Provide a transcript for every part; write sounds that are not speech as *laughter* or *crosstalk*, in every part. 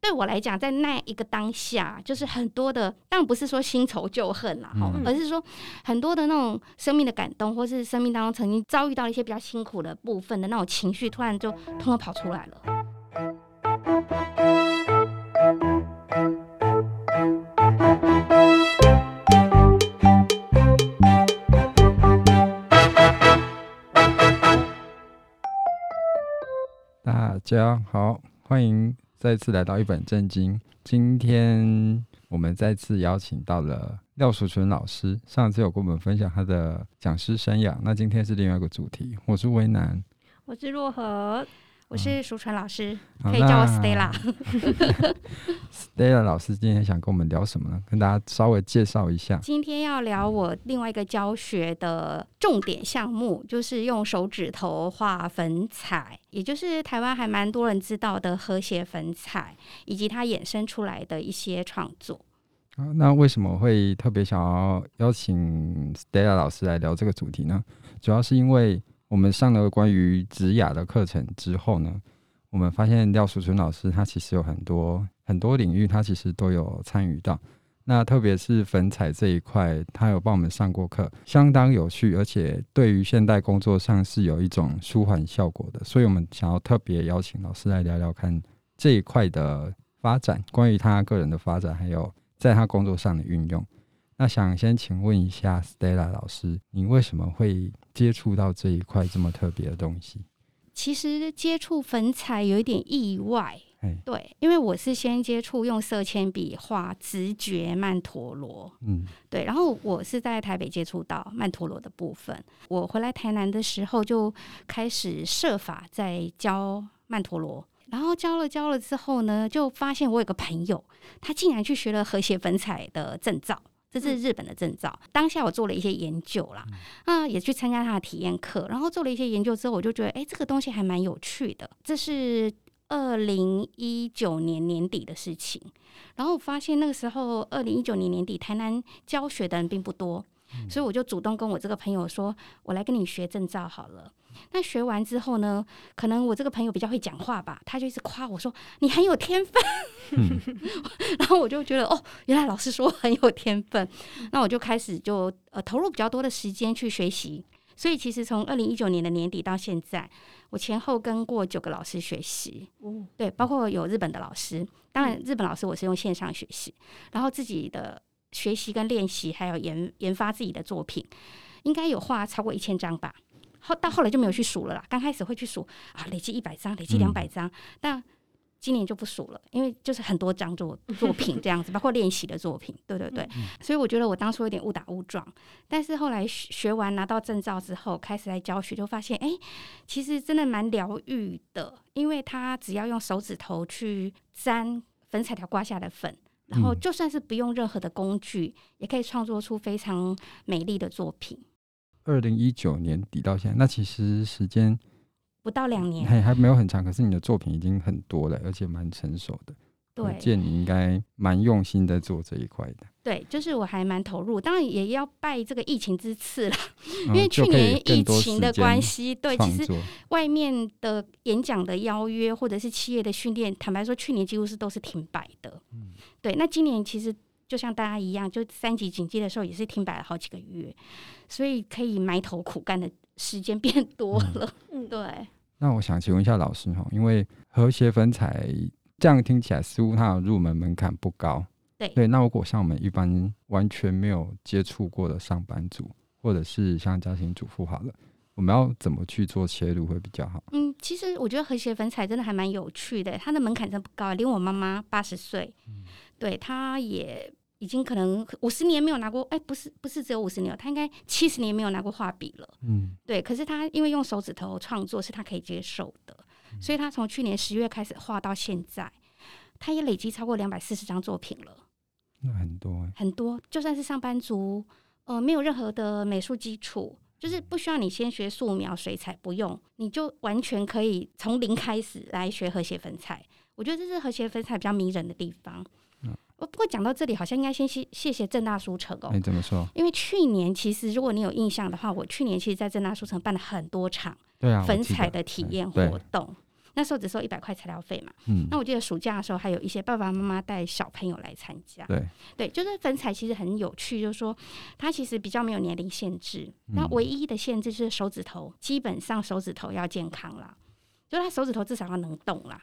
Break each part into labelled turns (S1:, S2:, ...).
S1: 对我来讲，在那一个当下，就是很多的，当然不是说新仇旧恨啦，哈、
S2: 嗯
S1: 而是说很多的那种生命的感动，或是生命当中曾经遭遇到一些比较辛苦的部分的那种情绪，突然就通通跑出来了。
S2: 大家好，欢迎再次来到一本正经。今天我们再次邀请到了廖淑纯老师，上次有跟我们分享他的讲师生涯，那今天是另外一个主题。我是威南，
S1: 我是若
S3: 嗯
S1: 何，我是淑纯老师，
S2: 好
S1: 可以叫我
S2: 那
S1: Stella。
S2: Stella 老师今天想跟我们聊什么呢？跟大家稍微介绍一下。
S1: 今天要聊我另外一个教学的重点项目，就是用手指头画粉彩，也就是台湾还蛮多人知道的和谐粉彩，以及它衍生出来的一些创作。
S2: 啊，那为什么会特别想要邀请 Stella 老师来聊这个主题呢？主要是因为我们上了关于植雅的课程之后呢，我们发现廖淑纯老师他其实有很多很多领域，他其实都有参与到。那特别是粉彩这一块，他有帮我们上过课，相当有趣，而且对于现代工作上是有一种舒缓效果的。所以我们想要特别邀请老师来聊聊看这一块的发展，关于他个人的发展，还有在他工作上的运用。那想先请问一下 Stella 老师，你为什么会接触到这一块这么特别的东西？
S1: 其实接触粉彩有一点意外
S2: 哎，
S1: 对，因为我是先接触用色铅笔画直觉曼陀罗，
S2: 嗯，
S1: 对，然后我是在台北接触到曼陀罗的部分。我回来台南的时候就开始设法在教曼陀罗，然后教了教了之后呢，就发现我有个朋友，他竟然去学了和谐粉彩的证照。这是日本的证照，当下我做了一些研究啦，那、也去参加他的体验课，然后做了一些研究之后，我就觉得，哎，这个东西还蛮有趣的。这是二零一九年年底的事情，然后我发现那个时候，二零一九年年底，台南教学的人并不多，所以我就主动跟我这个朋友说，我来跟你学证照好了。那学完之后呢，可能我这个朋友比较会讲话吧，他就一直夸我说你很有天分， *laughs* 然后我就觉得哦，原来老师说我很有天分，那我就开始就呃投入比较多的时间去学习。所以其实从二零一九年的年底到现在，我前后跟过九个老师学习，
S3: 哦
S1: 对，包括有日本的老师，当然日本老师我是用线上学习，然后自己的学习跟练习，还有研研发自己的作品，应该有画超过一千张吧。后到后来就没有去数了啦，刚开始会去数啊，累积一百张，累积两百张，但今年就不数了，因为就是很多张作作品这样子，包括练习的作品，对对对，所以我觉得我当初有点误打误撞，但是后来学学完拿到证照之后，开始来教学，就发现哎、诶其实真的蛮疗愈的，因为它只要用手指头去沾粉彩条刮下的粉，然后
S2: 嗯
S1: 就算是不用任何的工具，也可以创作出非常美丽的作品。
S2: 二零一九年底到现在，那其实时间
S1: 不到两年，
S2: 还还没有很长，可是你的作品已经很多了，而且蛮成熟的。可
S1: 对
S2: 见你应该蛮用心在做这一块的。
S1: 对，就是我还蛮投入，当然也要拜这个疫情之赐啦，
S2: 嗯
S1: 因为
S2: 就
S1: 去
S2: 可以
S1: 年
S2: 更
S1: 疫
S2: 多
S1: 情
S2: 时
S1: 的
S2: 间
S1: 关系，对，其
S2: 创
S1: 实
S2: 作
S1: 外面的演讲的邀约或者是企业的训练，坦白说，去年几乎是都是停摆的。对，那今年其实就像大家一样，就三级警戒的时候也是停摆了好几个月，所以可以埋头苦干的时间变多了。
S3: 嗯
S1: 对，
S2: 那我想请问一下老师哈，因为和谐粉彩这样听起来似乎它的入门门槛不高，
S1: 对
S2: 对。那如果像我们一般完全没有接触过的上班族，或者是像家庭主妇好了，我们要怎么去做切入会比较好？
S1: *laughs* 嗯，其实我觉得和谐粉彩真的还蛮有趣的，它的门槛真的不高，连我妈妈八十岁，对，她也已经可能五十年没有拿过，哎，不是不是只有五十年哦，她应该七十年没有拿过画笔了。
S2: 嗯，
S1: 对，可是他因为用手指头创作是他可以接受的，所以他从去年十月开始画到现在，他也累积超过两百四十张作品了，
S2: 那很多、欸、
S1: 很多。就算是上班族，呃，没有任何的美术基础，就是不需要你先学素描、水彩，不用，你就完全可以从零开始来学和谐粉彩。我觉得这是和谐粉彩比较迷人的地方。我不过讲到这里，好像应该先谢谢谢正大书城哦
S2: 你、，哎怎么说？
S1: 因为去年其实如果你有印象的话，我去年其实在正大书城办了很多场
S2: 对啊，我
S1: 粉
S2: 记
S1: 彩
S2: 得
S1: 的体验
S2: 对
S1: 活动。那时候只收一百块材料费嘛。
S2: 嗯
S1: 那我记得暑假的时候，还有一些爸爸妈妈带小朋友来参加。
S2: 对
S1: 对，就是粉彩其实很有趣，就是说它其实比较没有年龄限制，那
S2: 嗯
S1: 唯一的限制是手指头，基本上手指头要健康啦。就他手指头至少要能动
S2: *laughs*
S1: 啦，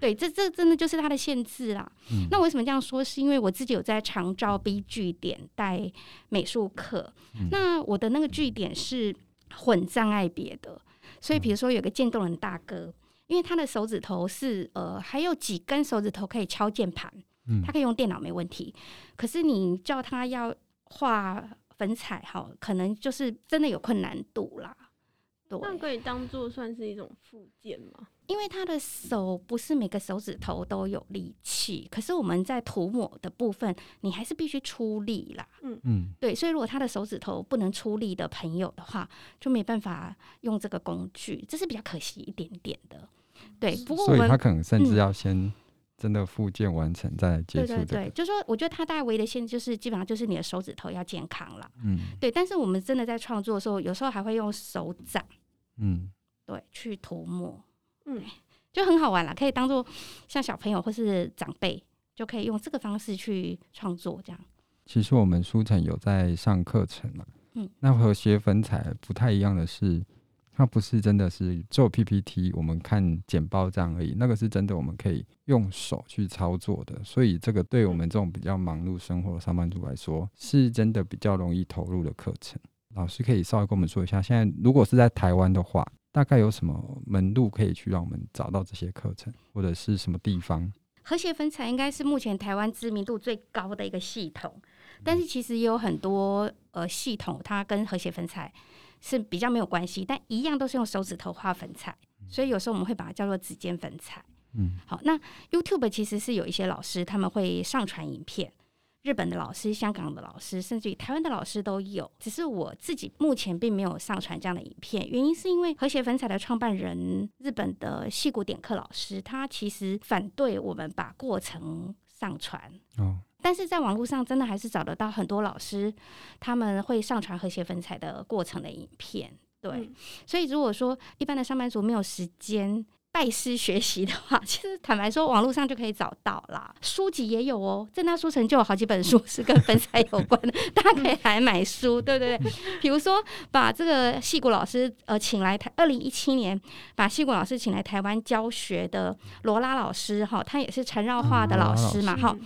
S1: 对，这这真的就是他的限制啦。
S2: 嗯
S1: 那我为什么这样说？是因为我自己有在长照 B 据点带美术课，
S2: 嗯
S1: 那我的那个据点是混障碍别的，所
S2: 嗯
S1: 以比如说有个渐冻人大哥，因为他的手指头是呃还有几根手指头可以敲键盘，
S2: 嗯
S1: 他可以用电脑没问题，可是你叫他要画粉彩哈，可能就是真的有困难度啦。对，
S3: 那可以当做算是一种附件嘛？
S1: 因为他的手不是每个手指头都有力气，可是我们在涂抹的部分，你还是必须出力啦。
S2: 嗯
S1: 对，所以如果他的手指头不能出力的朋友的话，就没办法用这个工具，这是比较可惜一点点的。对，不过我
S2: 所以
S1: 们
S2: 他可能甚
S1: 嗯
S2: 至要先真的复健完成再接
S1: 对
S2: 触
S1: 对
S2: 这
S1: 对，
S2: 个，
S1: 就说我觉得他大概唯一的限制就是基本上就是你的手指头要健康啦。
S2: 嗯
S1: 对，但是我们真的在创作的时候，有时候还会用手掌
S2: 嗯
S1: 对去涂抹，
S3: 嗯，
S1: 就很好玩啦，可以当做像小朋友或是长辈就可以用这个方式去创作这样。
S2: 其实我们书城有在上课程嘛，
S1: 嗯，
S2: 那和谐粉彩不太一样的是，它不是真的是做 PPT，我们看简报这样而已，那个是真的我们可以用手去操作的，所以这个对我们这种比较忙碌生活的上班族来说，是真的比较容易投入的课程。老师可以稍微跟我们说一下，现在如果是在台湾的话，大概有什么门路可以去让我们找到这些课程，或者是什么地方？
S1: 和谐粉彩应该是目前台湾知名度最高的一个系统，但是其实也有很多呃系统，它跟和谐粉彩是比较没有关系，但一样都是用手指头画粉彩，所以有时候我们会把它叫做指尖粉彩。
S2: 嗯
S1: 好，那 YouTube 其实是有一些老师他们会上传影片，日本的老师、香港的老师，甚至于台湾的老师都有。只是我自己目前并没有上传这样的影片，原因是因为和谐粉彩的创办人日本的戏骨点课老师，他其实反对我们把过程上传。
S2: 哦，
S1: 但是在网络上真的还是找得到很多老师，他们会上传和谐粉彩的过程的影片。对，
S3: 嗯
S1: 所以如果说一般的上班族没有时间拜师学习的话， *laughs* 其实坦白说，网络上就可以找到啦，书籍也有哦。正大书城就有好几本书是跟粉彩有关的， *laughs* 大家可以来买书，对不 *laughs* 对？比如说把这个戏骨老师呃请来台，二零一七年把戏骨老师请来台湾教学的罗拉老师哈，他也是缠绕画的
S2: 嗯罗
S1: 老
S2: 拉老
S1: 师嘛
S3: 嗯
S1: 哈。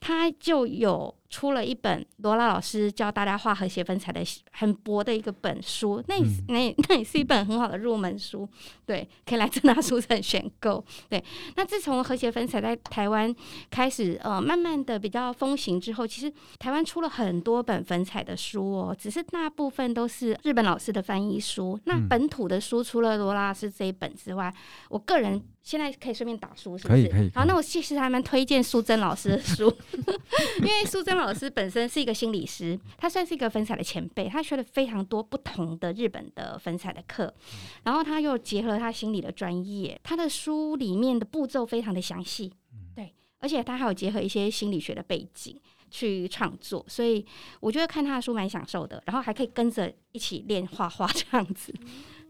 S1: 他就有出了一本罗拉老师教大家画和谐粉彩的很薄的一个本书，那也是那也那也是一 *laughs* 本很好的入门书，对，可以来正大书城选购。对，那自从和谐粉彩在台湾开始呃慢慢的比较风行之后，其实台湾出了很多本粉彩的书哦，只是大部分都是日本老师的翻译书。那
S2: 嗯
S1: 本土的书除了罗拉老师这一本之外，我个人现在可以顺便打书，是不
S2: 可以
S1: 是
S2: 可以可
S1: 好，
S2: 以
S1: 那我其实还蛮推荐苏珍老师的书，
S2: *laughs*
S1: 因为苏珍老师本身是一个心理师，他算是一个粉彩的前辈，他学了非常多不同的日本的粉彩的课，然后他又结合他心理的专业，他的书里面的步骤非常的详细，对，而且他还有结合一些心理学的背景。去创作，所以我觉得看他的书蛮享受的，然后还可以跟着一起练画画这样子。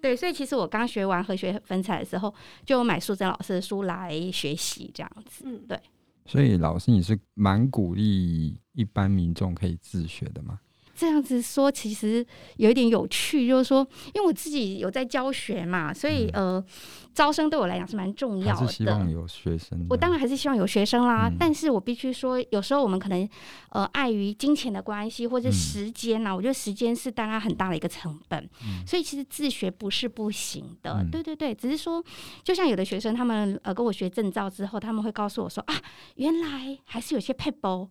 S1: 对，所以其实我刚学完和学粉彩的时候，就买素贞老师的书来学习这样子。
S3: 嗯，
S1: 对
S2: 所以老师，你是蛮鼓励一般民众可以自学的嘛？
S1: 这样子说其实有一点有趣，就是说，因为我自己有在教学嘛，所以呃，招生对我来讲是蛮重
S2: 嗯还
S1: 要
S2: 是希望
S1: 的。
S2: 有学生？
S1: 我当然，还是希望有学生啦，
S2: 嗯
S1: 但是我必须说，有时候我们可能呃碍于金钱的关系或者
S2: 嗯
S1: 时间呐、我觉得时间是大家很大的一个成本。
S2: 嗯
S1: 所以其实自学不是不行的，
S2: 嗯
S1: 对对对，只是说，就像有的学生他们呃跟我学证照之后，他们会告诉我说啊，原来还是有些 p a p e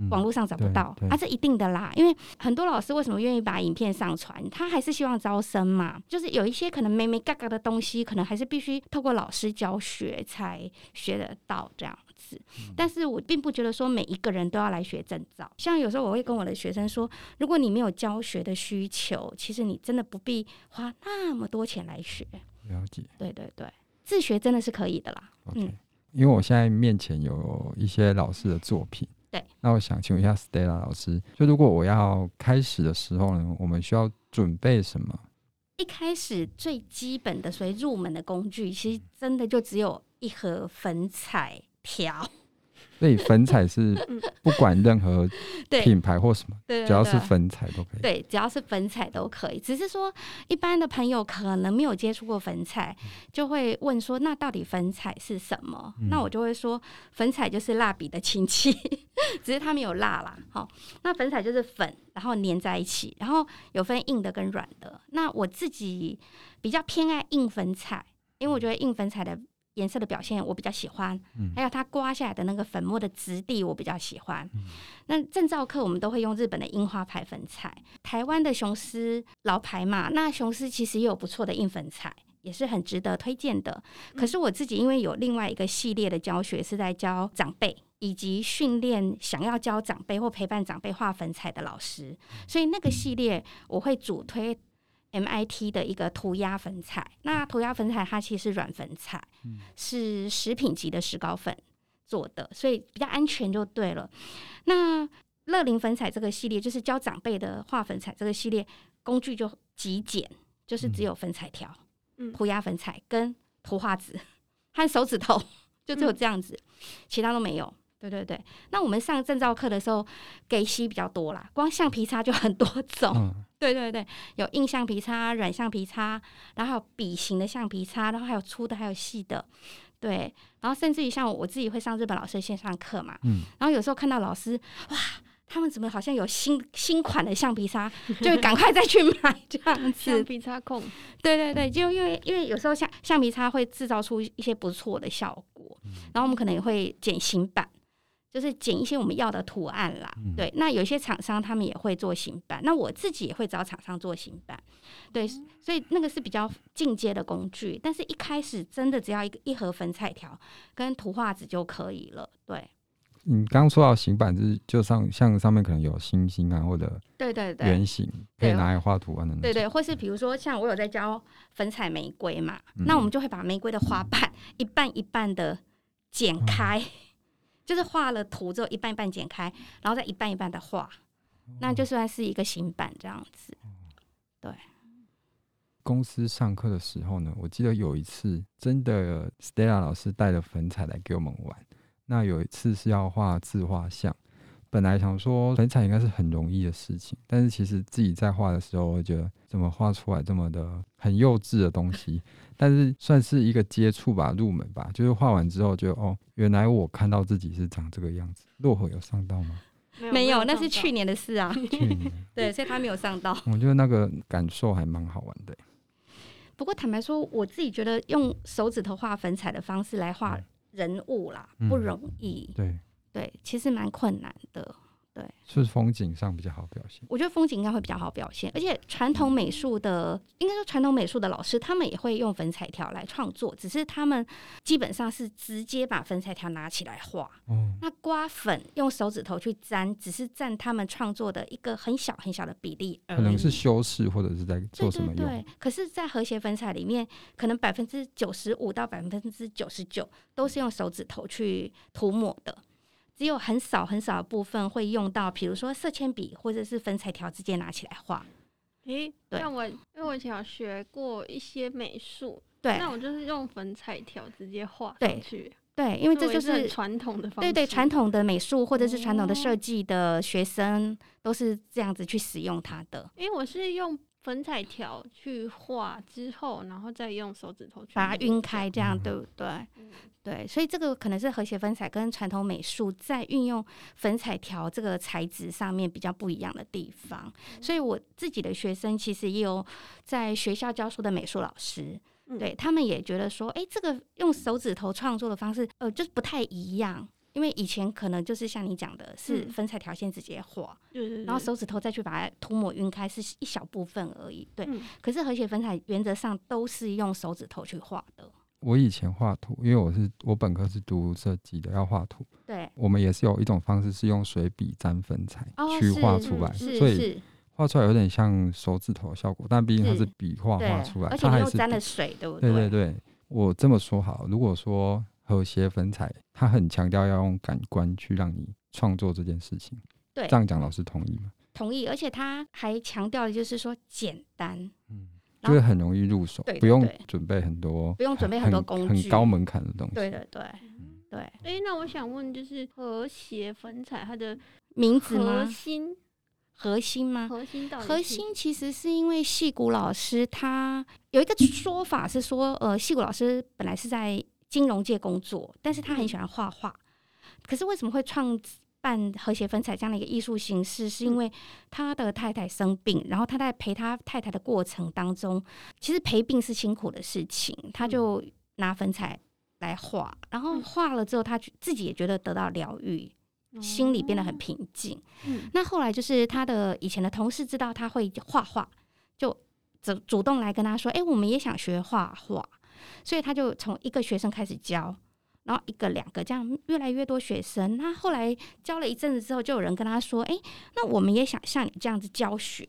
S2: 嗯
S1: 网络上找不
S2: 对
S1: 到、
S2: 对
S1: 啊，这一定的啦，因为很多老师为什么愿意把影片上传，他还是希望招生嘛，就是有一些可能没没嘎嘎的东西，可能还是必须透过老师教学才学得到这样。子。
S2: 嗯
S1: 但是我并不觉得说每一个人都要来学证照，像有时候我会跟我的学生说，如果你没有教学的需求，其实你真的不必花那么多钱来学。
S2: 了解。
S1: 对对对，自学真的是可以的啦。
S2: OK，、
S1: 嗯
S2: 因为我现在面前有一些老师的作品。
S1: 对，
S2: 那我想请问一下 Stella 老师，就如果我要开始的时候呢，我们需要准备什么？
S1: 一开始最基本的所谓入门的工具，其实真的就只有一盒粉彩瓢， *laughs*
S2: 所以粉彩是不管任何
S1: 嗯对
S2: 品牌或什么，
S1: 对，
S2: 只要
S1: 对
S2: 是粉彩都可以。
S1: 对，只要是粉彩都可以。只是说，一般的朋友可能没有接触过粉彩，就会问说：“那到底粉彩是什么？”那我就会说，粉彩就是蜡笔的亲戚， *laughs* 只是它没有蜡啦。好、那粉彩就是粉，然后粘在一起，然后有分硬的跟软的。那我自己比较偏爱硬粉彩，因为我觉得硬粉彩的。颜色的表现我比较喜欢，还有它刮下来的那个粉末的质地我比较喜欢。那证照课我们都会用日本的樱花牌粉彩，台湾的雄狮老牌嘛，那雄狮其实也有不错的硬粉彩，也是很值得推荐的。可是我自己因为有另外一个系列的教学是在教长辈。以及训练想要教长辈或陪伴长辈画粉彩的老师，所以那个系列我会主推 MIT 的一个涂鸦粉彩。那涂鸦粉彩它其实是软粉彩，是食品级的石膏粉做的，所以比较安全就对了。那乐龄粉彩这个系列，就是教长辈的画粉彩这个系列，工具就极简，就是只有粉彩条、
S3: 嗯
S1: 涂鸦粉彩跟图画纸和手指头，就只有这样子，其他都没有。对对对，那我们上证照课的时候，给息比较多啦，光橡皮擦就很多种。
S2: 嗯，
S1: *laughs* 对对对，有硬橡皮擦、软橡皮擦，然后还有笔型的橡皮擦，然后还有粗的，还有细的。对，然后甚至于像我自己会上日本老师的线上课嘛，
S2: 嗯
S1: 然后有时候看到老师，哇，他们怎么好像有新新款的橡皮擦，就会赶快再去买这样
S3: 橡
S1: 子。
S3: 皮擦控，
S1: 对对对，就因为因为有时候橡橡皮擦会制造出一些不错的效果，然后我们可能也会剪型版，就是剪一些我们要的图案啦。
S2: 嗯
S1: 对，那有一些厂商他们也会做型版，那我自己也会找厂商做型版。对，所以那个是比较进阶的工具，但是一开始真的只要一个一盒粉彩条跟图画纸就可以了。对，
S2: 你刚刚说到形板就是就上像上面可能有星星啊或者
S1: 对对对。
S2: 圆形，可以
S1: 对哦
S2: 拿来画图案啊的那
S1: 对
S2: 种。
S1: 对，或是比如说像我有在教粉彩玫瑰嘛，
S2: 嗯
S1: 那我们就会把玫瑰的花瓣一半一半的剪
S2: 嗯
S1: 开， *laughs* 就是画了图之后一半一半剪开，然后再一半一半的画，
S2: 哦
S1: 那就算是一个型版这样子。
S2: 公司上课的时候呢，我记得有一次真的 Stella 老师带了粉彩来给我们玩。那有一次是要画自画像，本来想说粉彩应该是很容易的事情，但是其实自己在画的时候，我觉得怎么画出来这么的很幼稚的东西，但是算是一个接触吧，入门吧。就是画完之后觉得哦，原来我看到自己是长这个样子。落火有上到吗？
S1: 没有，那
S3: 上
S1: 是
S3: 到
S1: 去年的事 *laughs* 啊。
S2: 去年，
S1: 对，所以他没有上 *laughs* 到。
S2: 我觉得那个感受还蛮好玩的、欸
S1: 不过坦白说，我自己觉得用手指头画粉彩的方式来画人物啦，
S2: 嗯
S1: 不容易。
S2: 对，
S1: 对，其实蛮困难的。
S2: 是风景上比较好表现。
S1: 我觉得风景应该会比较好表现，而且传统美术的，应该说传统美术的老师，他们也会用粉彩条来创作，只是他们基本上是直接把粉彩条拿起来画。
S2: 哦，
S1: 那刮粉用手指头去沾，只是占他们创作的一个很小很小的比例而已。
S2: 可能是修饰或者是在
S1: 嗯
S2: 做
S1: 对
S2: 什么
S1: 对
S2: 用。
S1: 对，可是，在和谐粉彩里面，可能百分之九十五到百分之九十九都是用手指头去涂抹的，只有很少很少的部分会用到，比如说色铅笔或者是粉彩条直接拿起来画。
S3: 诶，
S1: 对
S3: 像我，因为我以前有学过一些美术，
S1: 对
S3: 那我就是用粉彩条直接画
S1: 对
S3: 上去，
S1: 对，因为这
S3: 我
S1: 就
S3: 也很
S1: 是
S3: 传统的方
S1: 对
S3: 式。
S1: 对传统的美术或者是传统的
S3: 哦
S1: 设计的学生都是这样子去使用它的，
S3: 因为我是用粉彩条去画之后，然后再用手指头去
S1: 把它
S3: 抹
S1: 晕开，这样
S2: 嗯
S1: 对不对？
S3: 嗯
S1: 对，所以这个可能是和谐粉彩跟传统美术在运用粉彩条这个材质上面比较不一样的地方。
S3: 嗯
S1: 所以我自己的学生其实也有在学校教书的美术老师，
S3: 嗯
S1: 对他们也觉得说，诶，这个用手指头创作的方式，呃，就是不太一样。因为以前可能就是像你讲的，是
S3: 嗯
S1: 粉彩条先直接画，
S3: 对对对，
S1: 然后手指头再去把它涂抹晕开，是一小部分而已。对，
S3: 嗯
S1: 可是和谐粉彩原则上都是用手指头去画的。
S2: 我以前画图，因为我是我本科是读设计的，要画图，
S1: 对，
S2: 我们也是有一种方式是用水笔沾粉彩
S1: 哦
S2: 去
S1: 是
S2: 画出
S3: 嗯
S2: 来，
S1: 是
S2: 所以
S1: 是，
S2: 画出来有点像手指头的效果，但毕竟它
S1: 是
S2: 是笔画
S1: 对，
S2: 画出来，
S1: 而且
S2: 它
S1: 你
S2: 还
S1: 又
S2: 是
S1: 沾
S2: 笔
S1: 了水，对不
S2: 对对
S1: 对
S2: 对，我这么说好了，如果说和谐粉彩，它很强调要用感官去让你创作这件事情，
S1: 对
S2: 这样讲老师同意吗？
S1: 同意。而且他还强调的就是说简单，
S2: 嗯，
S1: 然后
S2: 就是很容易入手
S1: 对，对
S2: 不用
S1: 对
S2: 准备很多，
S1: 不用准备很
S2: 很
S1: 多工具
S2: 很高门槛的东西。
S1: 对对对对，
S3: 哎、那我想问，就是和谐粉彩它的
S1: 名字
S3: 核
S1: 吗？
S3: 心
S1: 核心吗？
S3: 核心到底
S1: 核
S3: 是
S1: 心其实是因为戏骨老师他有一个说法是说，呃，戏骨老师本来是在金融界工作，但是他
S3: 嗯
S1: 很喜欢画画。可是为什么会创办和谐粉彩这样的一个艺术形式？是
S3: 嗯
S1: 因为他的太太生病，然后他在陪他太太的过程当中，其实陪病是辛苦的事情，他就拿粉彩来画，然后
S3: 嗯
S1: 画了之后，他觉自己也觉得得到疗愈，心里变得很
S3: 哦
S1: 平静。
S3: 嗯
S1: 那后来就是他的以前的同事知道他会画画，就主主动来跟他说：“哎、我们也想学画画。”所以他就从一个学生开始教，然后一个两个这样越来越多学生。那后来教了一阵子之后，就有人跟他说：“哎、那我们也想像你这样子教学。”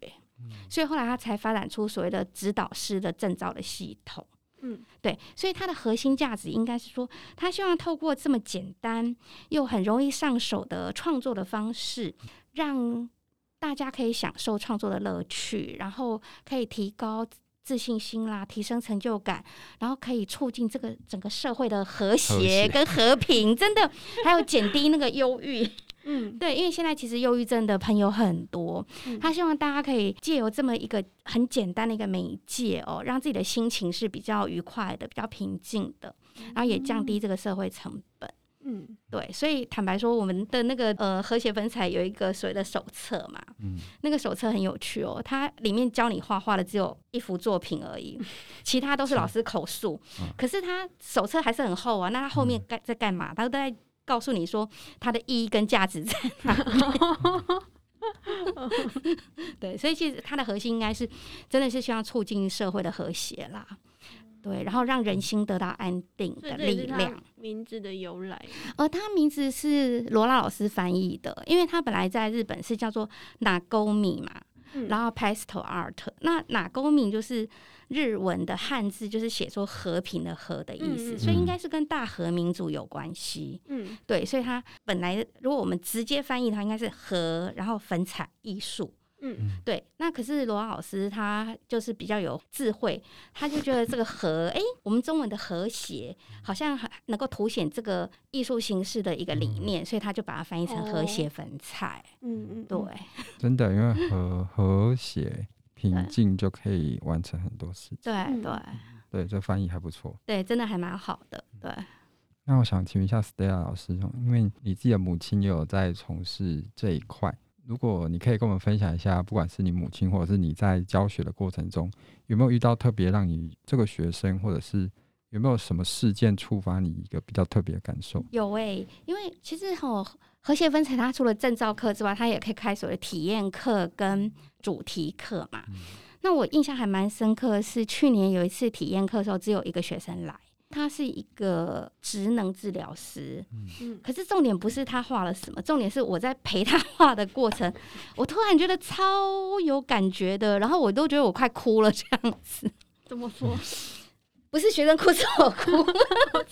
S1: 所以后来他才发展出所谓的指导师的证照的系统。
S3: 嗯
S1: 对，所以它的核心价值应该是说，他希望透过这么简单又很容易上手的创作的方式，让大家可以享受创作的乐趣，然后可以提高自信心啦，提升成就感，然后可以促进这个整个社会的和谐
S2: 谐
S1: 跟和平，真的还有减低那个忧郁。
S3: 嗯，
S1: 对，因为现在其实忧郁症的朋友很多，
S3: 嗯
S1: 他希望大家可以借由这么一个很简单的一个媒介哦，让自己的心情是比较愉快的、比较平静的，然后也降低这个社会成本。
S3: 嗯
S1: 对，所以坦白说，我们的那个呃和谐粉彩有一个所谓的手册嘛，
S2: 嗯，
S1: 那个手册很有趣哦，它里面教你画画的只有一幅作品而
S3: 嗯
S1: 已，其他都是老师口述。
S2: 嗯
S1: 可是它手册还是很厚啊，那它后
S3: 嗯
S1: 面干在干嘛？它都在告诉你说它的意义跟价值在哪
S3: *laughs*
S1: 里对，所以其实它的核心应该是真的是希望促进社会的和谐啦，对，然后让人心得到安定
S3: 所以
S1: 的
S3: 这也
S1: 力
S3: 是它
S1: 量。
S3: 名字的由来。
S1: 而他名字是罗拉老师翻译的，因为他本来在日本是叫做 Nagomi 嘛，
S3: 嗯
S1: 然后 Pastel Art。那 Nagomi 就是日文的汉字，就是写作和平的和的意思，
S3: 嗯嗯
S1: 所以应该是跟大和民族有关系。
S3: 嗯
S1: 对，所以它本来如果我们直接翻译它，应该是和，然后粉彩艺术。
S3: 嗯
S1: 对，那可是罗拉老师他就是比较有智慧，他就觉得这个和，诶，我们中文的和谐好像很能够凸显这个艺术形式的一个理念，所以他就把它翻译成和谐粉彩。
S3: 嗯嗯，
S1: 对，
S2: 真的，因为和和谐
S1: 对
S2: 平静就可以完成很多事。
S1: 对，
S3: 嗯
S1: 对，
S2: 对，这翻译还不错。
S1: 对，真的还蛮好的。对，
S2: 那我想请问一下 Stella 老师，因为你自己的母亲也有在从事这一块，如果你可以跟我们分享一下，不管是你母亲或者是你在教学的过程中，有没有遇到特别让你这个学生，或者是有没有什么事件触发你一个比较特别的感受？
S1: 有诶，因为其实哦，和谐分彩它除了证照课之外，它也可以开所谓的体验课跟主题课嘛。那我印象还蛮深刻的是，去年有一次体验课的时候，只有一个学生来，他是一个职能治疗师。
S3: 嗯
S1: 可是重点不是他画了什么，重点是我在陪他 *laughs* 画的过程，我突然觉得超有感觉的，然后我都觉得我快哭了这样子。
S3: 怎么说？
S1: 嗯不是学生哭，是我哭。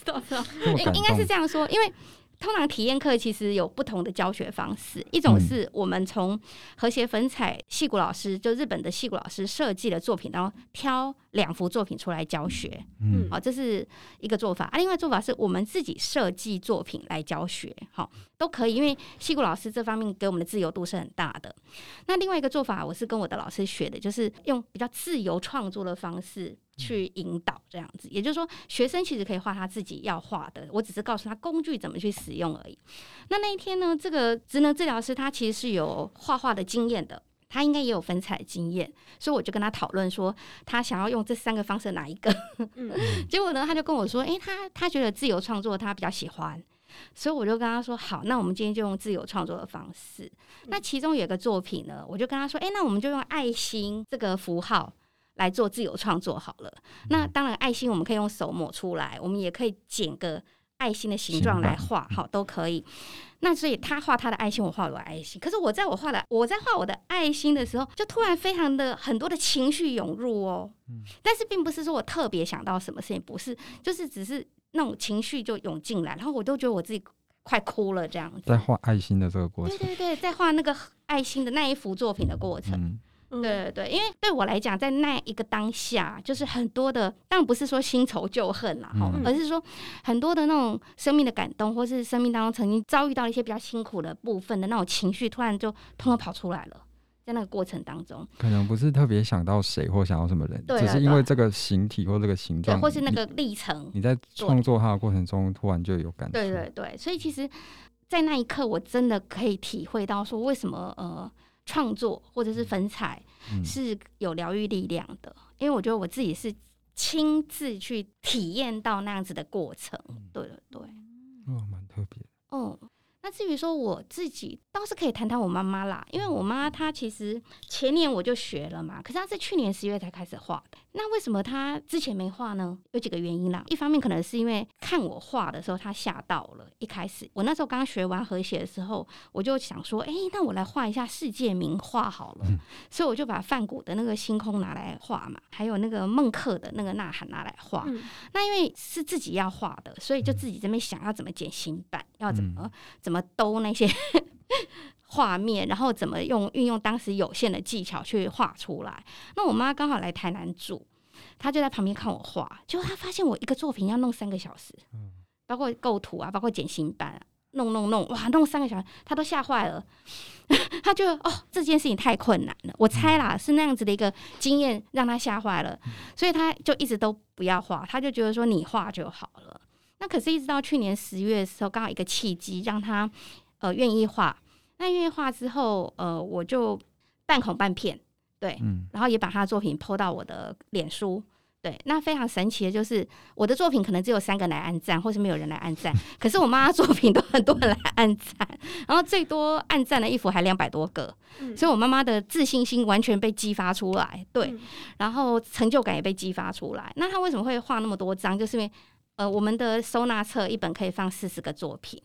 S3: 多
S1: *laughs*
S3: 少？
S2: 这么
S1: 应
S2: 感
S1: 应该是
S2: 动
S1: 这样说，因为通常体验课其实有不同的教学方式，一种
S2: 嗯
S1: 是我们从和谐粉彩戏骨老师，就日本的戏骨老师设计的作品，然后挑两幅作品出来教学，
S2: 嗯
S1: 好、这是一个做法。啊，另外做法是我们自己设计作品来教学，好、都可以，因为戏骨老师这方面给我们的自由度是很大的。那另外一个做法，我是跟我的老师学的，就是用比较自由创作的方式去引导这样子。也就是说，学生其实可以画他自己要画的，我只是告诉他工具怎么去使用而已。那那一天呢，这个职能治疗师他其实是有画画的经验的。他应该也有粉彩经验，所以我就跟他讨论说，他想要用这三个方式哪一个？
S3: 嗯
S1: 结果呢，他就跟我说，诶，他他觉得自由创作他比较喜欢，所以我就跟他说，好，那我们今天就用自由创作的方式。那其中有一个作品呢，我就跟他说，诶，哎那我们就用爱心这个符号。来做自由创作好了。那当然，爱心我们可以用手抹出来，我们也可以剪个爱心的形状嗯来画，好都可以。那所以他画他的爱心，我画我的爱心。可是我在我画的我在画我的爱心的时候，就突然非常的很多的情绪涌入哦。但是并不是说我特别想到什么事情，不是，就是只是那种情绪就涌进来，然后我都觉得我自己快哭了这样子。
S2: 在画爱心的这个过
S1: 对
S2: 程，
S1: 对对，在画那个爱心的那一幅作品的过程。
S2: 嗯，
S3: 嗯
S1: 对对对，因为对我来讲，在那一个当下，就是很多的，当然不是说新仇旧恨啦，哈、
S2: 嗯
S1: 而是说很多的那种生命的感动，或是生命当中曾经遭遇到一些比较辛苦的部分的那种情绪，突然就通通跑出来了，在那个过程当中，
S2: 可能不是特别想到谁或想到什么人，
S1: 对啊
S2: 只是因为这个形体或这个形
S1: 对，
S2: 状，
S1: 或是那
S2: 你
S1: 个历程，
S2: 你在创作它的过程中，突然就有感触。
S1: 对对对，所以其实，在那一刻，我真的可以体会到说，为什么呃，创作或者是粉彩
S2: 嗯，
S1: 是有疗愈力量的，因为我觉得我自己是亲自去体验到那样子的过程。对对对，
S2: 哦，蛮特别的。
S1: 哦、那至于说我自己，倒是可以谈谈我妈妈啦，因为我妈妈她其实前年我就学了嘛，可是她是去年十月才开始画的。那为什么她之前没画呢？有几个原因啦，一方面可能是因为看我画的时候她吓到了，一开始我那时候刚学完和谐的时候，我就想说，诶，那我来画一下世界名画好了，所以我就把梵谷的那个星空拿来画嘛，还有那个孟克的那个呐喊拿来画，
S3: 嗯
S1: 那因为是自己要画的，所以就自己这边想要怎么剪新版，要怎么怎么兜那些 *laughs* 画面，然后怎么用运用当时有限的技巧去画出来。那我妈刚好来台南住，她就在旁边看我画，结果她发现我一个作品要弄三个小时，包括构图啊，包括剪新版、啊。弄弄弄，哇，弄三个小时，她都吓坏了。她觉得哦，这件事情太困难了。我猜啦，是那样子的一个经验让她吓坏了。所以他就一直都不要画，他就觉得说你画就好了。那可是，一直到去年十月的时候，刚好一个契机让他呃愿意画。那愿意画之后，呃，我就半恐半骗，对，
S2: 嗯
S1: 然后也把他的作品 PO 到我的脸书。对，那非常神奇的就是，我的作品可能只有三个人来按赞，或是没有人来按赞。可是我妈的作品都很多人来按赞，然后最多按赞的一幅还两百多个，
S3: 嗯
S1: 所以我妈妈的自信心完全被激发出来。对，
S3: 嗯
S1: 然后成就感也被激发出来。那他为什么会画那么多张？就是因为呃，我们的收纳册一本可以放四十个作品，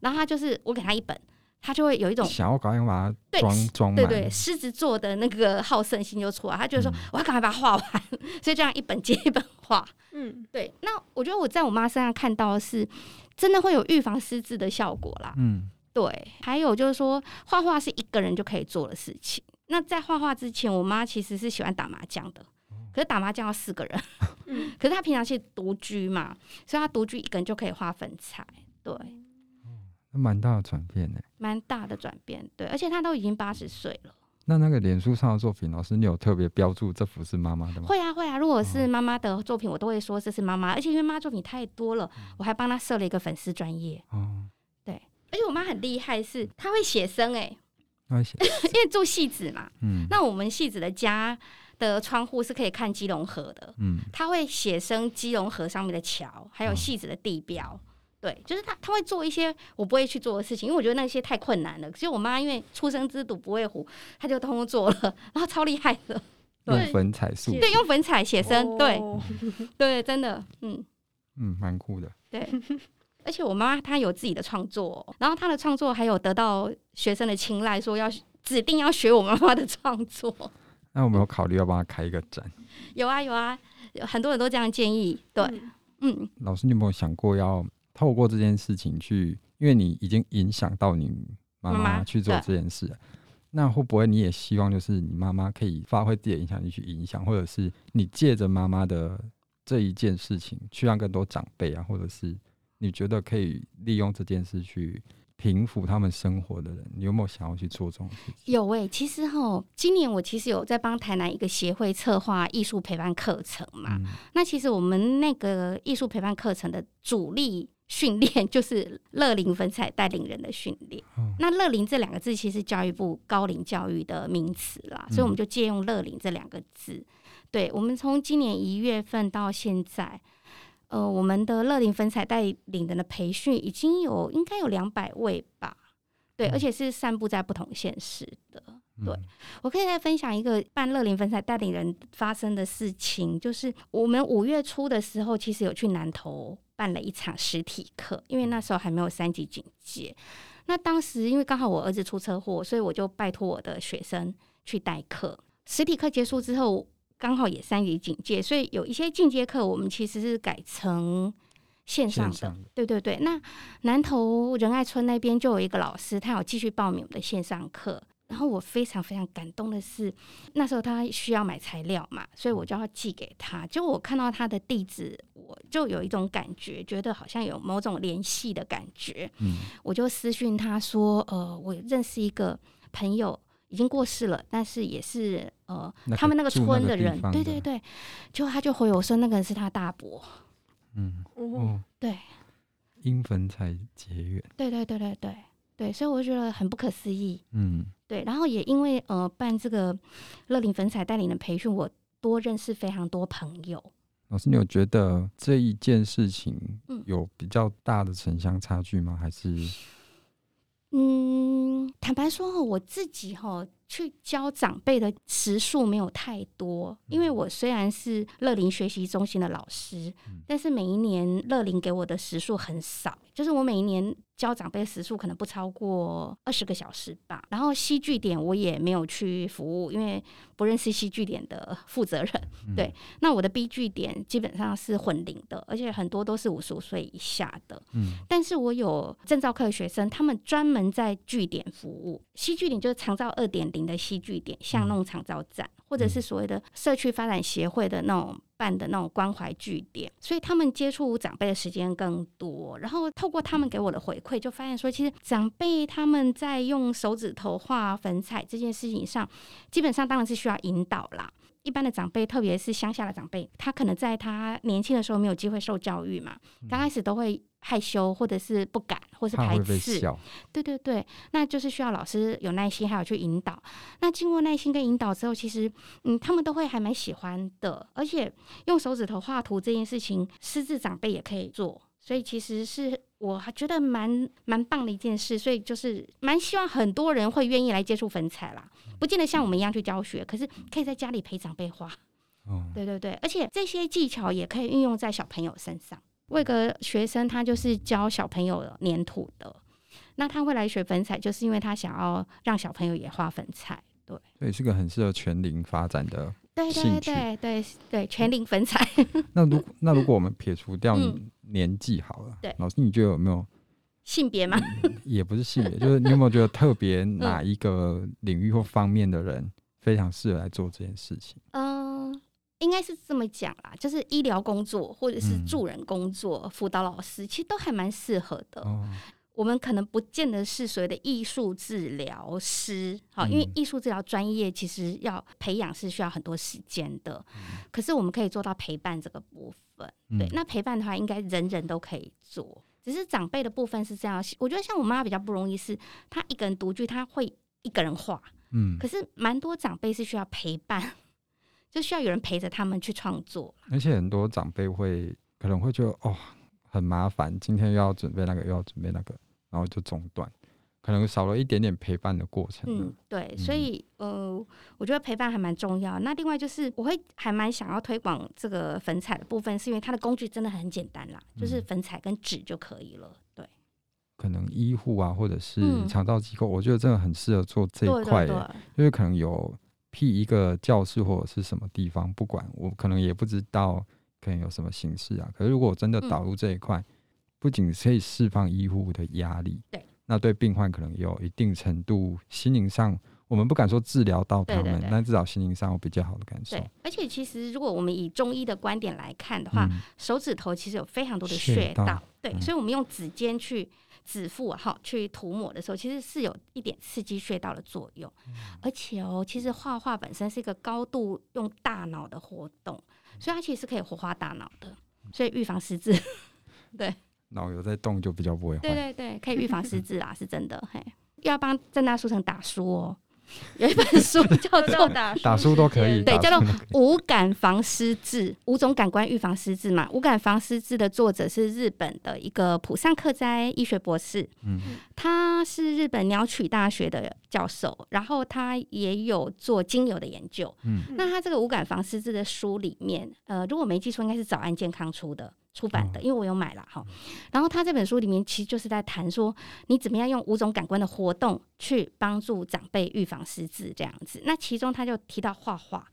S1: 然后他就是我给他一本，他就会有一种
S2: 想要赶紧把它
S1: 对
S2: 装装
S1: 对
S2: 满。嗯
S1: 对狮子座的那个好胜心就出来，他就说、我要赶快把它画完，所以这样一本接一本画。
S3: 嗯
S1: 对，那我觉得我在我妈身上看到的是真的会有预防失智的效果啦。
S2: 嗯，
S1: 对，还有就是说，画画是一个人就可以做的事情。那在画画之前，我妈其实是喜欢打麻将的，
S2: 哦
S1: 可是打麻将要四个人，
S3: 嗯
S1: *laughs* 可是她平常是独居嘛，所以她独居一个人就可以画粉彩，对，
S2: 那蛮大的转变呢。
S1: 蛮大的转变，对，而且她都已经八十岁了。
S2: 那那个脸书上的作品，老师你有特别标注这幅是妈妈的吗？
S1: 会啊会啊，如果是妈妈的作品，我都会说这是妈妈，而且因为妈作品太多了，我还帮她设了一个粉丝专业。
S2: 哦，
S1: 而且我妈很厉害是，她会写生哎、
S2: 那写
S1: *laughs* 因为住戏子嘛，
S2: 嗯
S1: 那我们戏子的家的窗户是可以看基隆河的，
S2: 嗯
S1: 他会写生基隆河上面的桥，还有
S2: 嗯
S1: 戏子的地标。对，就是他，他会做一些我不会去做的事情，因为我觉得那些太困难了。其实我妈因为出生之犊不畏虎，她就通通做了，然后超厉害的， *laughs*
S2: 用
S3: 对
S2: 粉彩素
S3: 写，
S1: 对，用粉彩写生，对
S3: 哦
S1: 对，真的，嗯，
S2: 嗯，蛮酷的。
S1: 对。而且我妈妈她有自己的创作，然后她的创作还有得到学生的青睐，说要指定要学我妈妈的创作。 *laughs*
S2: 那我们有考虑要帮他开一个展。
S1: 有啊有啊，有很多人都这样建议。对，
S3: 嗯
S1: 嗯，
S2: 老师，你有没有想过要透过这件事情去，因为你已经影响到你妈
S1: 妈
S2: 妈
S1: 妈
S2: 去做
S1: 对
S2: 这件事了，那会不会你也希望就是你妈妈可以发挥自己的影响力去影响，或者是你借着妈妈的这一件事情去让更多长辈啊，或者是你觉得可以利用这件事去平复他们生活的人，你有没有想要去做这种事情？
S1: 有诶、其实哈，今年我其实有在帮台南一个协会策划艺术陪伴课程嘛。
S2: 嗯
S1: 那其实我们那个艺术陪伴课程的主力训练就是乐龄粉彩带领人的训练。
S2: 哦
S1: 那乐龄这两个字其实是教育部高龄教育的名词啦，所以我们就借用乐龄这两个字。对，我们从今年一月份到现在。呃，我们的乐龄粉彩带领人的培训已经有应该有两百位吧，对，
S2: 嗯
S1: 而且是散布在不同县市的。对
S2: 嗯
S1: 我可以再分享一个办乐龄粉彩带领人发生的事情，就是我们五月初的时候，其实有去南投办了一场实体课，因为那时候还没有三级警戒。那当时因为刚好我儿子出车祸，所以我就拜托我的学生去代课。实体课结束之后，刚好也三级警戒，所以有一些进阶课我们其实是改成线上
S2: 线
S1: 的。
S2: 上的
S1: 对对对，那南投仁爱村那边就有一个老师，他有继续报名我们的线上课。然后我非常非常感动的是，那时候他需要买材料嘛，所以
S2: 嗯
S1: 我就要寄给他。就我看到他的地址，我就有一种感觉，觉得好像有某种联系的感觉。
S2: 嗯，
S1: 我就私讯他说：“呃，我认识一个朋友，已经过世了，但是也是呃
S2: 那个
S1: 他们那个
S2: 住那
S1: 村
S2: 个
S1: 的
S2: 地
S1: 人，
S2: 方
S1: 对
S2: 的
S1: 对对。”结果他就回我说：“那个人是他大伯。
S2: 嗯，
S3: 哦，
S2: 哦，
S1: 对
S2: 因粉才结缘，”
S1: 对对对对对对，所以我就觉得很不可思议。
S2: 嗯
S1: 对，然后也因为呃办这个乐龄粉彩带领的培训，我多认识非常多朋友。
S2: 老师，你有觉得这一件事情
S1: 嗯
S2: 有比较大的城乡差距吗？还是
S1: 嗯，坦白说哦，我自己哈去教长辈的时数没有太多，因为我虽然是乐龄学习中心的老师，但是每一年乐龄给我的时数很少，就是我每一年教长辈的时数可能不超过二十个小时吧。然后戏剧点我也没有去服务，因为不认识戏剧点的负责人。对，那我的 B 据点基本上是混龄的，而且很多都是五十五岁以下的。
S2: 嗯
S1: 但是我有证照课的学生，他们专门在据点服务。西据点就是长照二点零的西据点，巷弄长照站，或者是嗯所谓的社区发展协会的那种办的那种关怀据点，所以他们接触长辈的时间更多。然后透过他们给我的回馈，就发现说，其实长辈他们在用手指头画粉彩这件事情上，基本上当然是需要引导啦。一般的长辈，特别是乡下的长辈，他可能在他年轻的时候没有机会受教育嘛，刚开始都会害羞，或者是不敢，或是
S2: 嗯怕
S1: 排
S2: 会被
S1: 斥。
S2: 笑，
S1: 对对对，那就是需要老师有耐心，还有去引导。那经过耐心跟引导之后，其实嗯，他们都会还蛮喜欢的。而且用手指头画图这件事情，失智长辈也可以做，所以其实是我还觉得蛮蛮棒的一件事。所以就是蛮希望很多人会愿意来接触粉彩啦，不见得像我们一样去教学，可是可以在家里陪长辈画。
S2: 哦，
S1: 对对对，而且这些技巧也可以运用在小朋友身上。我有个学生，他就是教小朋友粘土的，那他会来学粉彩，就是因为他想要让小朋友也画粉彩。
S2: 对，是个很适合全龄发展的。
S1: 对对
S2: 兴趣
S1: 对对对，全龄粉彩。 *laughs*
S2: 那如那如果我们撇除掉
S1: 嗯
S2: 年纪好了，
S1: 对
S2: 老师，你觉得有没有
S1: 性别嘛，
S2: 也不是性别，就是你有没有觉得
S1: *laughs*
S2: 特别
S1: 嗯
S2: 哪一个领域或方面的人非常适合来做这件事情？
S1: 嗯、应该是这么讲啦，就是医疗工作或者是
S2: 嗯
S1: 助人工作、辅导老师，其实都还蛮适合的。
S2: 哦，
S1: 我们可能不见得是所谓的艺术治疗师，好，
S2: 嗯
S1: 因为艺术治疗专业其实要培养是需要很多时间的，可是我们可以做到陪伴这个部分。
S2: 嗯
S1: 对，那陪伴的话，应该人人都可以做，只是长辈的部分是这样。我觉得像我妈比较不容易是，她一个人独居，她会一个人画，
S2: 嗯
S1: 可，是蛮多长辈是需要陪伴， *laughs* 就需要有人陪着他们去创作。
S2: 而且很多长辈会可能会觉得哦很麻烦，今天又要准备那个又要准备那个，然后就中断，可能少了一点点陪伴的过程。
S1: 嗯，，对，所
S2: 嗯
S1: 以呃，我觉得陪伴还蛮重要。那另外就是，我会还蛮想要推广这个粉彩的部分，是因为它的工具真的很简单啦，就是
S2: 嗯
S1: 粉彩跟纸就可以了。对，
S2: 可能医护啊或者是
S1: 嗯
S2: 长照机构，我觉得真的很适合做这一
S1: 对
S2: 块
S1: 对
S2: 耶，
S1: 对，
S2: 就是可能有辟一个教室或者是什么地方，不管我可能也不知道可能有什么形式啊。可是如果我真的
S1: 嗯
S2: 导入这一块，不仅可以释放医护的压力，
S1: 对，
S2: 那对病患可能也有一定程度心灵上，我们不敢说治疗到他
S1: 对对
S2: 们，
S1: 对
S2: 但至少心灵上有比较好的感受。
S1: 对。而且其实如果我们以中医的观点来看的话，
S2: 嗯，
S1: 手指头其实有非常多的
S2: 穴
S1: 穴
S2: 道
S1: 道，对，
S2: 嗯
S1: 所以我们用指尖去指腹啊哈、去涂抹的时候，其实是有一点刺激穴道的作用。而且哦，其实画画本身是一个高度用大脑的活动，所以它其实可以活化大脑的，所以预防失 *laughs* 智。
S2: 脑有在动就比较不会
S1: 对对
S2: 坏。
S1: 对，可以预防失智啦，是真的。嘿，又要帮正大书城打书哦，有一本书 *laughs* 叫做
S3: 做打
S2: 打
S3: 书
S2: 书都可以
S3: 时间
S1: 对，
S2: 打
S1: 叫
S2: 出
S1: 做无感防失智，五种感官预防失智嘛。无感防失智的作者是日本的一个浦上克哉医学博士，
S2: 嗯，
S1: 他是日本鸟取大学的教授，然后他也有做精油的研究。
S2: 嗯，
S1: 那他这个无感防失智的书里面，呃，如果没记错，应该是早安健康出的出版
S2: 哦
S1: 的，因为我有买了哈。然后他这本书里面其实就是在谈说，你怎么样用五种感官的活动去帮助长辈预防失智这样子。那其中他就提到画画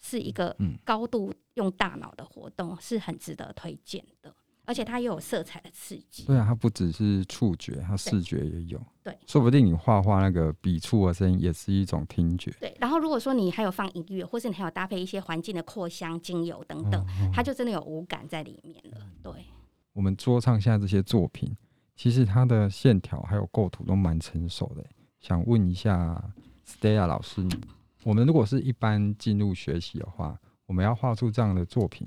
S1: 是一个
S2: 嗯
S1: 高度用大脑的活动，是很值得推荐的。而且它又有色彩的刺激。
S2: 对啊，它不只是触觉，它视觉也有。
S1: 对，
S2: 说不定你画画那个笔触的声音也是一种听觉。
S1: 对，然后如果说你还有放音乐，或是你还有搭配一些环境的扩香、精油等等，
S2: 嗯
S1: 它就真的有五感在里面了。对，
S2: 我们桌上现在这些作品，其实它的线条还有构图都蛮成熟的欸。想问一下 Stella 老师，你我们如果是一般进入学习的话，我们要画出这样的作品，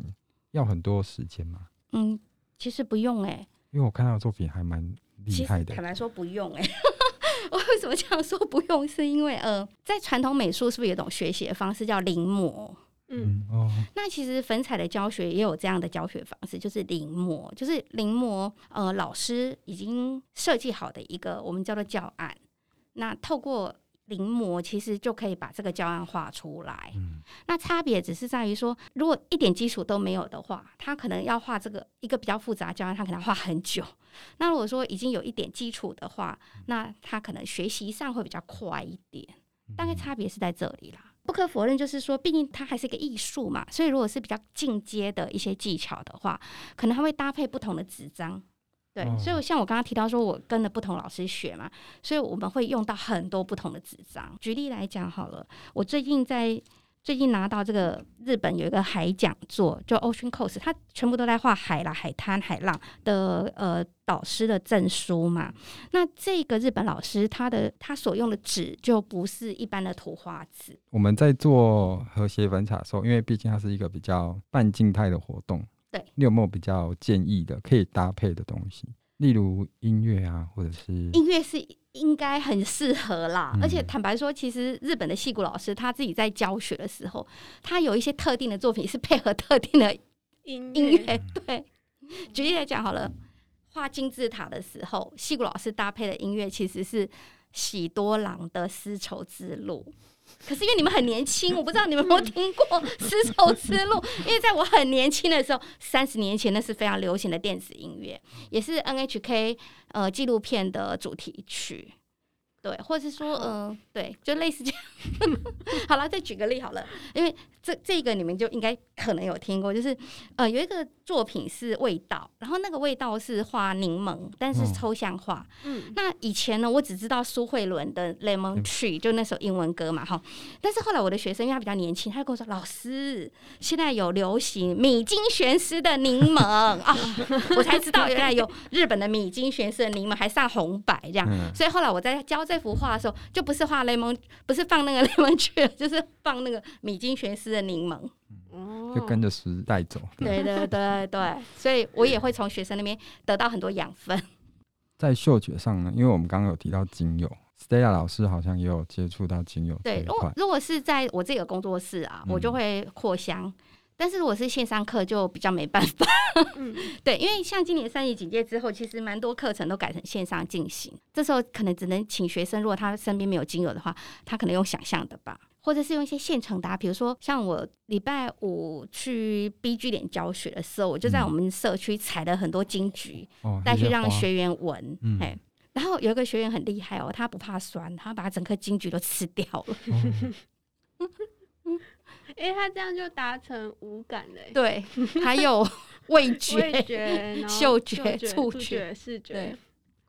S2: 要很多时间吗？
S1: 嗯，其实不用哎、
S2: 因为我看到的作品还蛮
S1: 其
S2: 厉害
S1: 实
S2: 的
S1: 坦，白说不用哎、 *laughs* 我为什么这样说不用？是因为呃，在传统美术是不是有一种学习的方式叫临摹？
S3: 嗯
S2: 嗯哦，
S1: 那其实粉彩的教学也有这样的教学方式，就是临摹，就是临摹呃老师已经设计好的一个我们叫做教案，那透过临摹其实就可以把这个教案画出来。
S2: 嗯
S1: 那差别只是在于说，如果一点基础都没有的话，他可能要画这个一个比较复杂的教案，他可能要画很久。那如果说已经有一点基础的话，那他可能学习上会比较快一点。
S2: 嗯
S1: 大概差别是在这里啦。不可否认，就是说，毕竟它还是一个艺术嘛，所以如果是比较进阶的一些技巧的话，可能它会搭配不同的纸张。对，
S2: 哦
S1: 所以像我刚刚提到说，我跟了不同老师学嘛，所以我们会用到很多不同的纸张。举例来讲好了，我最近在最近拿到这个日本有一个海讲座，就 Ocean Coast，它全部都在画海啦、海滩、海浪的呃导师的证书嘛。那这个日本老师他的他所用的纸就不是一般的图画纸，
S2: 嗯我们在做和谐粉彩的时候，因为毕竟它是一个比较半静态的活动，
S1: 对，
S2: 你有没有比较建议的可以搭配的东西？例如音乐啊，或者是
S1: 音乐是应该很适合啦。
S2: 嗯
S1: 而且坦白说，其实日本的戏骨老师他自己在教学的时候，他有一些特定的作品是配合特定的
S3: 音
S1: 音乐。对，举例来讲好了，画金字塔的时候，戏骨老师搭配的音乐其实是喜多郎的《丝绸之路》。可是因为你们很年轻，我不知道你们有没有听过《丝绸之路》，因为在我很年轻的时候，三十年前那是非常流行的电子音乐，也是 NHK 呃纪录片的主题曲。对，或是说，
S3: 好
S1: 嗯、对，就类似这样。 *laughs* 好了，再举个例好了，因为这这个你们就应该可能有听过，就是呃，有一个作品是味道，然后那个味道是画柠檬，但是
S2: 嗯
S1: 抽象画。
S3: 嗯，
S1: 那以前呢，我只知道苏慧伦的《Lemon
S2: 嗯
S1: Tree》，就那首英文歌嘛，哈。但是后来我的学生，因为他比较年轻，他就跟我说：“老师，现在有流行米津玄师的柠檬
S2: *laughs*
S1: 啊！”我才知道原来有日本的米津玄师的柠檬还上红白这样。
S2: 嗯
S1: 所以后来我在教这幅画的时候，就不是画 lemon，不是放那个 *laughs* lemon tree，就是放那个米津玄师的柠檬。嗯
S3: 哦
S2: 就跟着时代走。
S1: 对对对对，所以我也会从学生那边得到很多养分。
S2: 在嗅觉上呢，因为我们刚刚有提到精油，Stella 老师好像也有接触到精油这
S1: 对，
S2: 一
S1: 如果
S2: 块。
S1: 如果是在我自己的工作室啊，我就
S2: 嗯
S1: 会扩香。但是如果是线上课就比较没办法，
S3: *laughs*
S1: *laughs*
S3: 嗯
S1: 对，因为像今年三级警戒之后，其实蛮多课程都改成线上进行，这时候可能只能请学生，如果他身边没有精油的话，他可能用想象的吧，或者是用一些现成的、啊，比如说像我礼拜五去 B G 点教学的时候，我就在
S2: 嗯
S1: 我们社区采了很多金桔
S2: 哦，
S1: 带去
S2: 那些
S1: 让
S2: 花
S1: 学员闻，
S2: 嗯
S1: 哎、然后有一个学员很厉害哦，他不怕酸，他把整颗金桔都吃掉了。
S2: 哦
S3: 哎，他这样就达成五感嘞，
S1: 对，还有味
S3: 味
S1: 觉，
S3: 觉、然后
S1: 嗅
S3: 嗅
S1: 觉触觉
S3: 触觉、视
S1: 对
S3: 觉、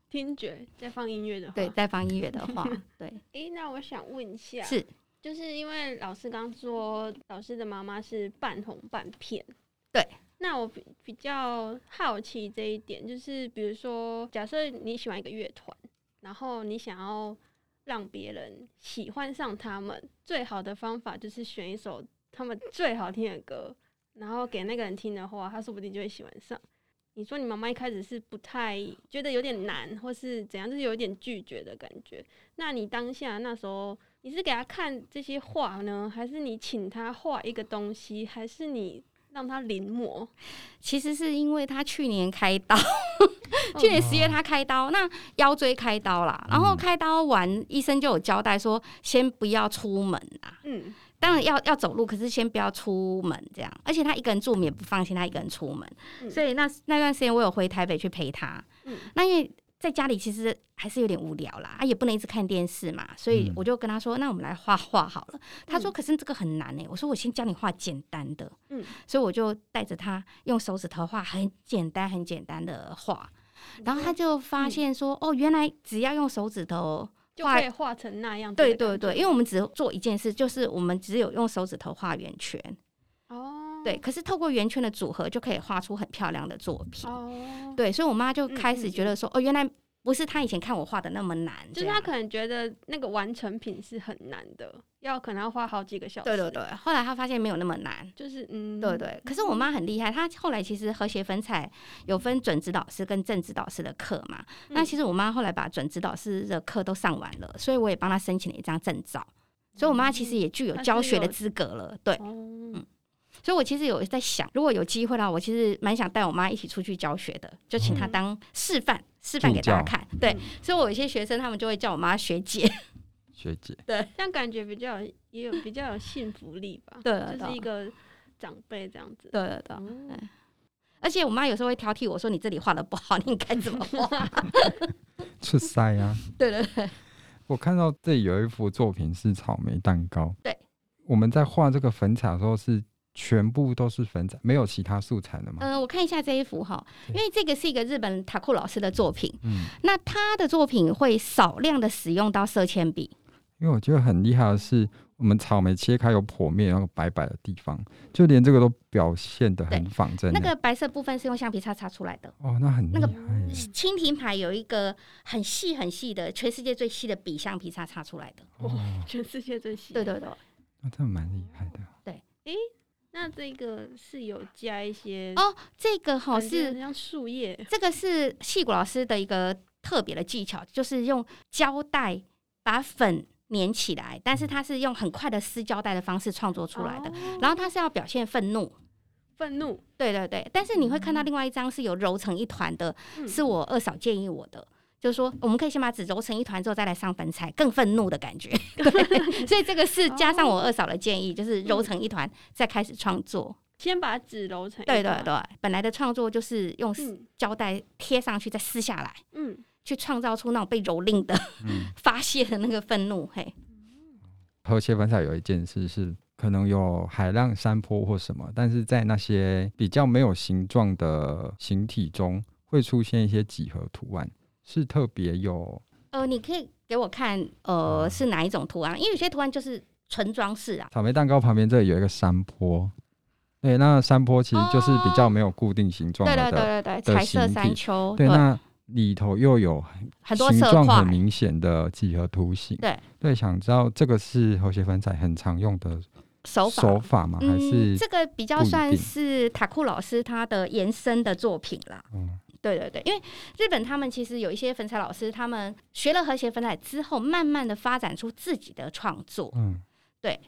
S3: 听觉，再放音乐的话，
S1: 对，在放音乐的话，对，
S3: 诶，那我想问一下，
S1: 是
S3: 就是因为老师刚说老师的妈妈是半红半片，
S1: 对。
S3: 那我比比较好奇这一点，就是比如说，假设你喜欢一个乐团，然后你想要让别人喜欢上他们，最好的方法就是选一首他们最好听的歌，然后给那个人听的话，他说不定就会喜欢上。你说你妈妈一开始是不太觉得有点难，或是怎样，就是有点拒绝的感觉。那你当下那时候你是给他看这些画呢，还是你请他画一个东西，还是你让他临摹？
S1: 其实是因为他去年开刀，去年十月他开刀，那腰椎开刀啦，然后
S2: 嗯
S1: 开刀完，医生就有交代说，先不要出门啊，
S3: 嗯，
S1: 当然要要走路，可是先不要出门这样，而且他一个人住，我们也不放心他一个人出门，
S3: 嗯
S1: 所以那那段时间我有回台北去陪他，
S3: 嗯
S1: 那因为在家里其实还是有点无聊啦，啊，也不能一直看电视嘛，所以
S2: 嗯
S1: 我就跟他说，那我们来画画好了。他说，
S3: 嗯
S1: 可是这个很难欸呢、我说，我先教你画简单的，
S3: 嗯，
S1: 所以我就带着他用手指头画很简单、很简单的画，然后他就发现
S3: 嗯
S1: 说，哦，原来只要用手指头。
S3: 就可以画成那样子
S1: 对
S3: 的感觉。
S1: 对对，因为我们只做一件事，就是我们只有用手指头画圆圈，
S3: 哦，
S1: 对。可是透过圆圈的组合，就可以画出很漂亮的作品。
S3: 哦，
S1: 对，所以我妈就
S3: 嗯
S1: 开
S3: 嗯
S1: 始
S3: 嗯
S1: 觉得说，哦，原来不是她以前看我画的那么难，
S3: 就
S1: 这
S3: 是他
S1: 样
S3: 可能觉得那个完成品是很难的，要可能要花好几个小时。
S1: 对对，对。后来她发现没有那么难，
S3: 就是嗯，
S1: 对对。可是我妈很厉害，她后来其实和谐分彩有分准指导师跟正指导师的课嘛。那
S3: 嗯
S1: 其实我妈后来把准指导师的课都上完了，所以我也帮她申请了一张证照。所以，我妈其实也具有
S3: 嗯她
S1: 教
S3: 是
S1: 学的
S3: 有
S1: 资格了，对。嗯
S3: 哦，
S1: 所以我其实有在想，如果有机会的话，我其实蛮想带我妈一起出去教学的，就请她
S3: 嗯
S1: 当示范，示范
S2: 助
S1: 给大家
S2: 教
S1: 看。对
S3: 嗯，
S1: 所以我有一些学生他们就会叫我妈学姐。，
S2: 学姐，
S3: 这样感觉比较有也有比较有信服力吧
S1: 对对
S3: 就是
S1: 对
S3: 一个长辈这样子。
S1: 对对对。
S3: 哦
S1: 而且我妈有时候会挑剔我说：“你这里画的不好，你应该怎么画 *laughs*
S2: 出塞啊！？”
S1: 对对对，
S2: 我看到这里有一幅作品是草莓蛋糕。
S1: 对，
S2: 我们在画这个粉彩的时候是全部都是粉彩，没有其他素材的吗？
S1: 嗯、我看一下这一幅哈，因为这个是一个日本塔库老师的作品，
S2: 嗯，
S1: 那他的作品会少量的使用到色铅笔，
S2: 因为我觉得很厉害的是，我们草莓切开有剖面那个白白的地方，就连这个都表现得很仿真
S1: 那
S2: 欸。
S1: 个白色部分是用橡皮擦擦出来的。
S2: 哦，那很厉
S1: 那个
S2: 害欸。
S1: 蜻蜓牌有一个很细很细的，全世界最细的笔橡皮擦擦出来的。
S2: 哦，
S3: 全世界最喜
S1: 对对对，
S2: 那真的蛮厉害的。
S3: 那这个是有加一些
S1: 哦这个哈
S3: 感觉
S1: 是
S3: 很像
S1: *laughs*
S3: 树叶，
S1: 这个是戏骨老师的一个特别的技巧，就是用胶带把粉粘起来，但是它是用很快的撕胶带的方式创作出来的。
S3: 哦
S1: 然后它是要表现愤怒，
S3: 愤怒，
S1: 对对对。但是你会看到另外一张是有揉成一团的，
S3: 嗯
S1: 是我二嫂建议我的。就是说，我们可以先把纸揉成一团之后，再来上粉彩，更愤怒的感觉。 *laughs* 对，所以这个是加上我二嫂的建议，就是揉成一团，再开始创作。
S3: 先把纸揉成一
S1: 对对
S3: 团，
S1: 对，本来的创作就是用
S3: 嗯
S1: 胶带贴上去，再撕下来。
S3: 嗯，
S1: 去创造出那种被蹂躏的、 *laughs*
S2: 嗯，
S1: 发泄的那个愤怒。嘿，
S2: 和谐粉彩有一件事是，可能有海浪、山坡或什么，但是在那些比较没有形状的形体中，会出现一些几何图案，是特别有
S1: 呃，你可以给我看，呃，是哪一种图案？因为有些图案就是纯装饰啊。
S2: 草莓蛋糕旁边这里有一个山坡。对，那山坡其实就是比较没有固定形状
S1: 对
S2: 的，
S1: 对对对对，彩色山丘，
S2: 对，那里头又有
S1: 很多
S2: 形
S1: 色
S2: 状
S1: 块
S2: 很。明显的几何图形。
S1: 对
S2: 对，想知道这个是和谐粉彩很常用的
S1: 手法。
S2: 手法吗？还
S1: 嗯，
S2: 是
S1: 这个比较
S2: 不一
S1: 算
S2: 定
S1: 是塔库老师他的延伸的作品啦。
S2: 嗯
S1: 对对对，因为日本他们其实有一些粉彩老师，他们学了和谐粉彩之后，慢慢的发展出自己的创作。
S2: 嗯，
S1: 对。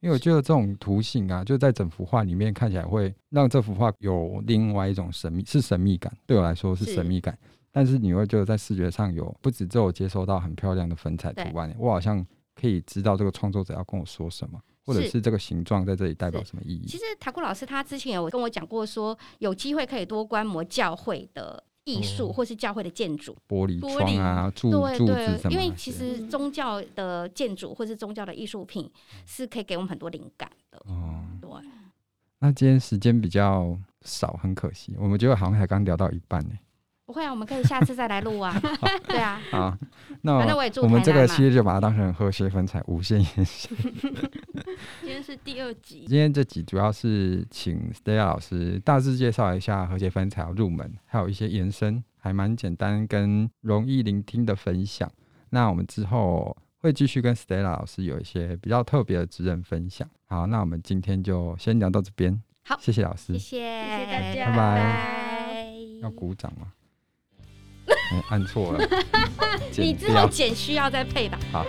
S2: 因为我觉得这种图形啊，就在整幅画里面看起来会让这幅画有另外一种神秘，是神秘感。对我来说是
S1: 是
S2: 神秘感，但是你会觉得在视觉上有不止只有接收到很漂亮的粉彩图案，我好像可以知道这个创作者要跟我说什么，或者
S1: 是
S2: 是这个形状在这里代表
S1: 是
S2: 什么意义。
S1: 其实塔库老师他之前有跟我讲过说有机会可以多观摩教会的艺术
S2: 哦
S1: 或是教会的建筑。
S2: 玻璃
S3: 玻
S2: 窗啊、柱
S1: 对
S2: 柱子什
S1: 对，
S2: 么
S1: 因为
S2: 那
S1: 其
S2: 些
S1: 实
S3: 嗯
S1: 宗教的建筑或是宗教的艺术品是可以给我们很多灵感的。
S2: 哦，
S1: 对，
S2: 那今天时间比较少，很可惜，我们觉得好像才刚聊到一半呢。
S1: 不会啊，我们可以下次再来录啊。对啊， *laughs*
S2: 啊，
S1: 反正
S2: 那
S1: 我也住
S2: 哦我们
S1: 台
S2: 这个
S1: 南嘛
S2: 系。列就把它当成和谐粉彩无
S1: *laughs*
S2: 限延伸。
S3: 今天是第二
S2: *laughs*
S3: 集，
S2: 今天这集主要是请 Stella 老师大致介绍一下和谐粉彩的入门，还有一些延伸，还蛮简单跟容易聆听的分享。那我们之后会继续跟 Stella 老师有一些比较特别的职人分享。好，那我们今天就先聊到这边。
S1: 好
S2: 谢谢老师
S1: 谢。谢，谢
S3: 谢大
S1: 拜
S3: 家
S2: 拜
S1: 拜。
S2: 要鼓掌吗？哎按错了，
S1: 你 *laughs*
S2: 剪
S1: 之后
S2: 掉。
S1: 剪需要再配吧。
S2: 好，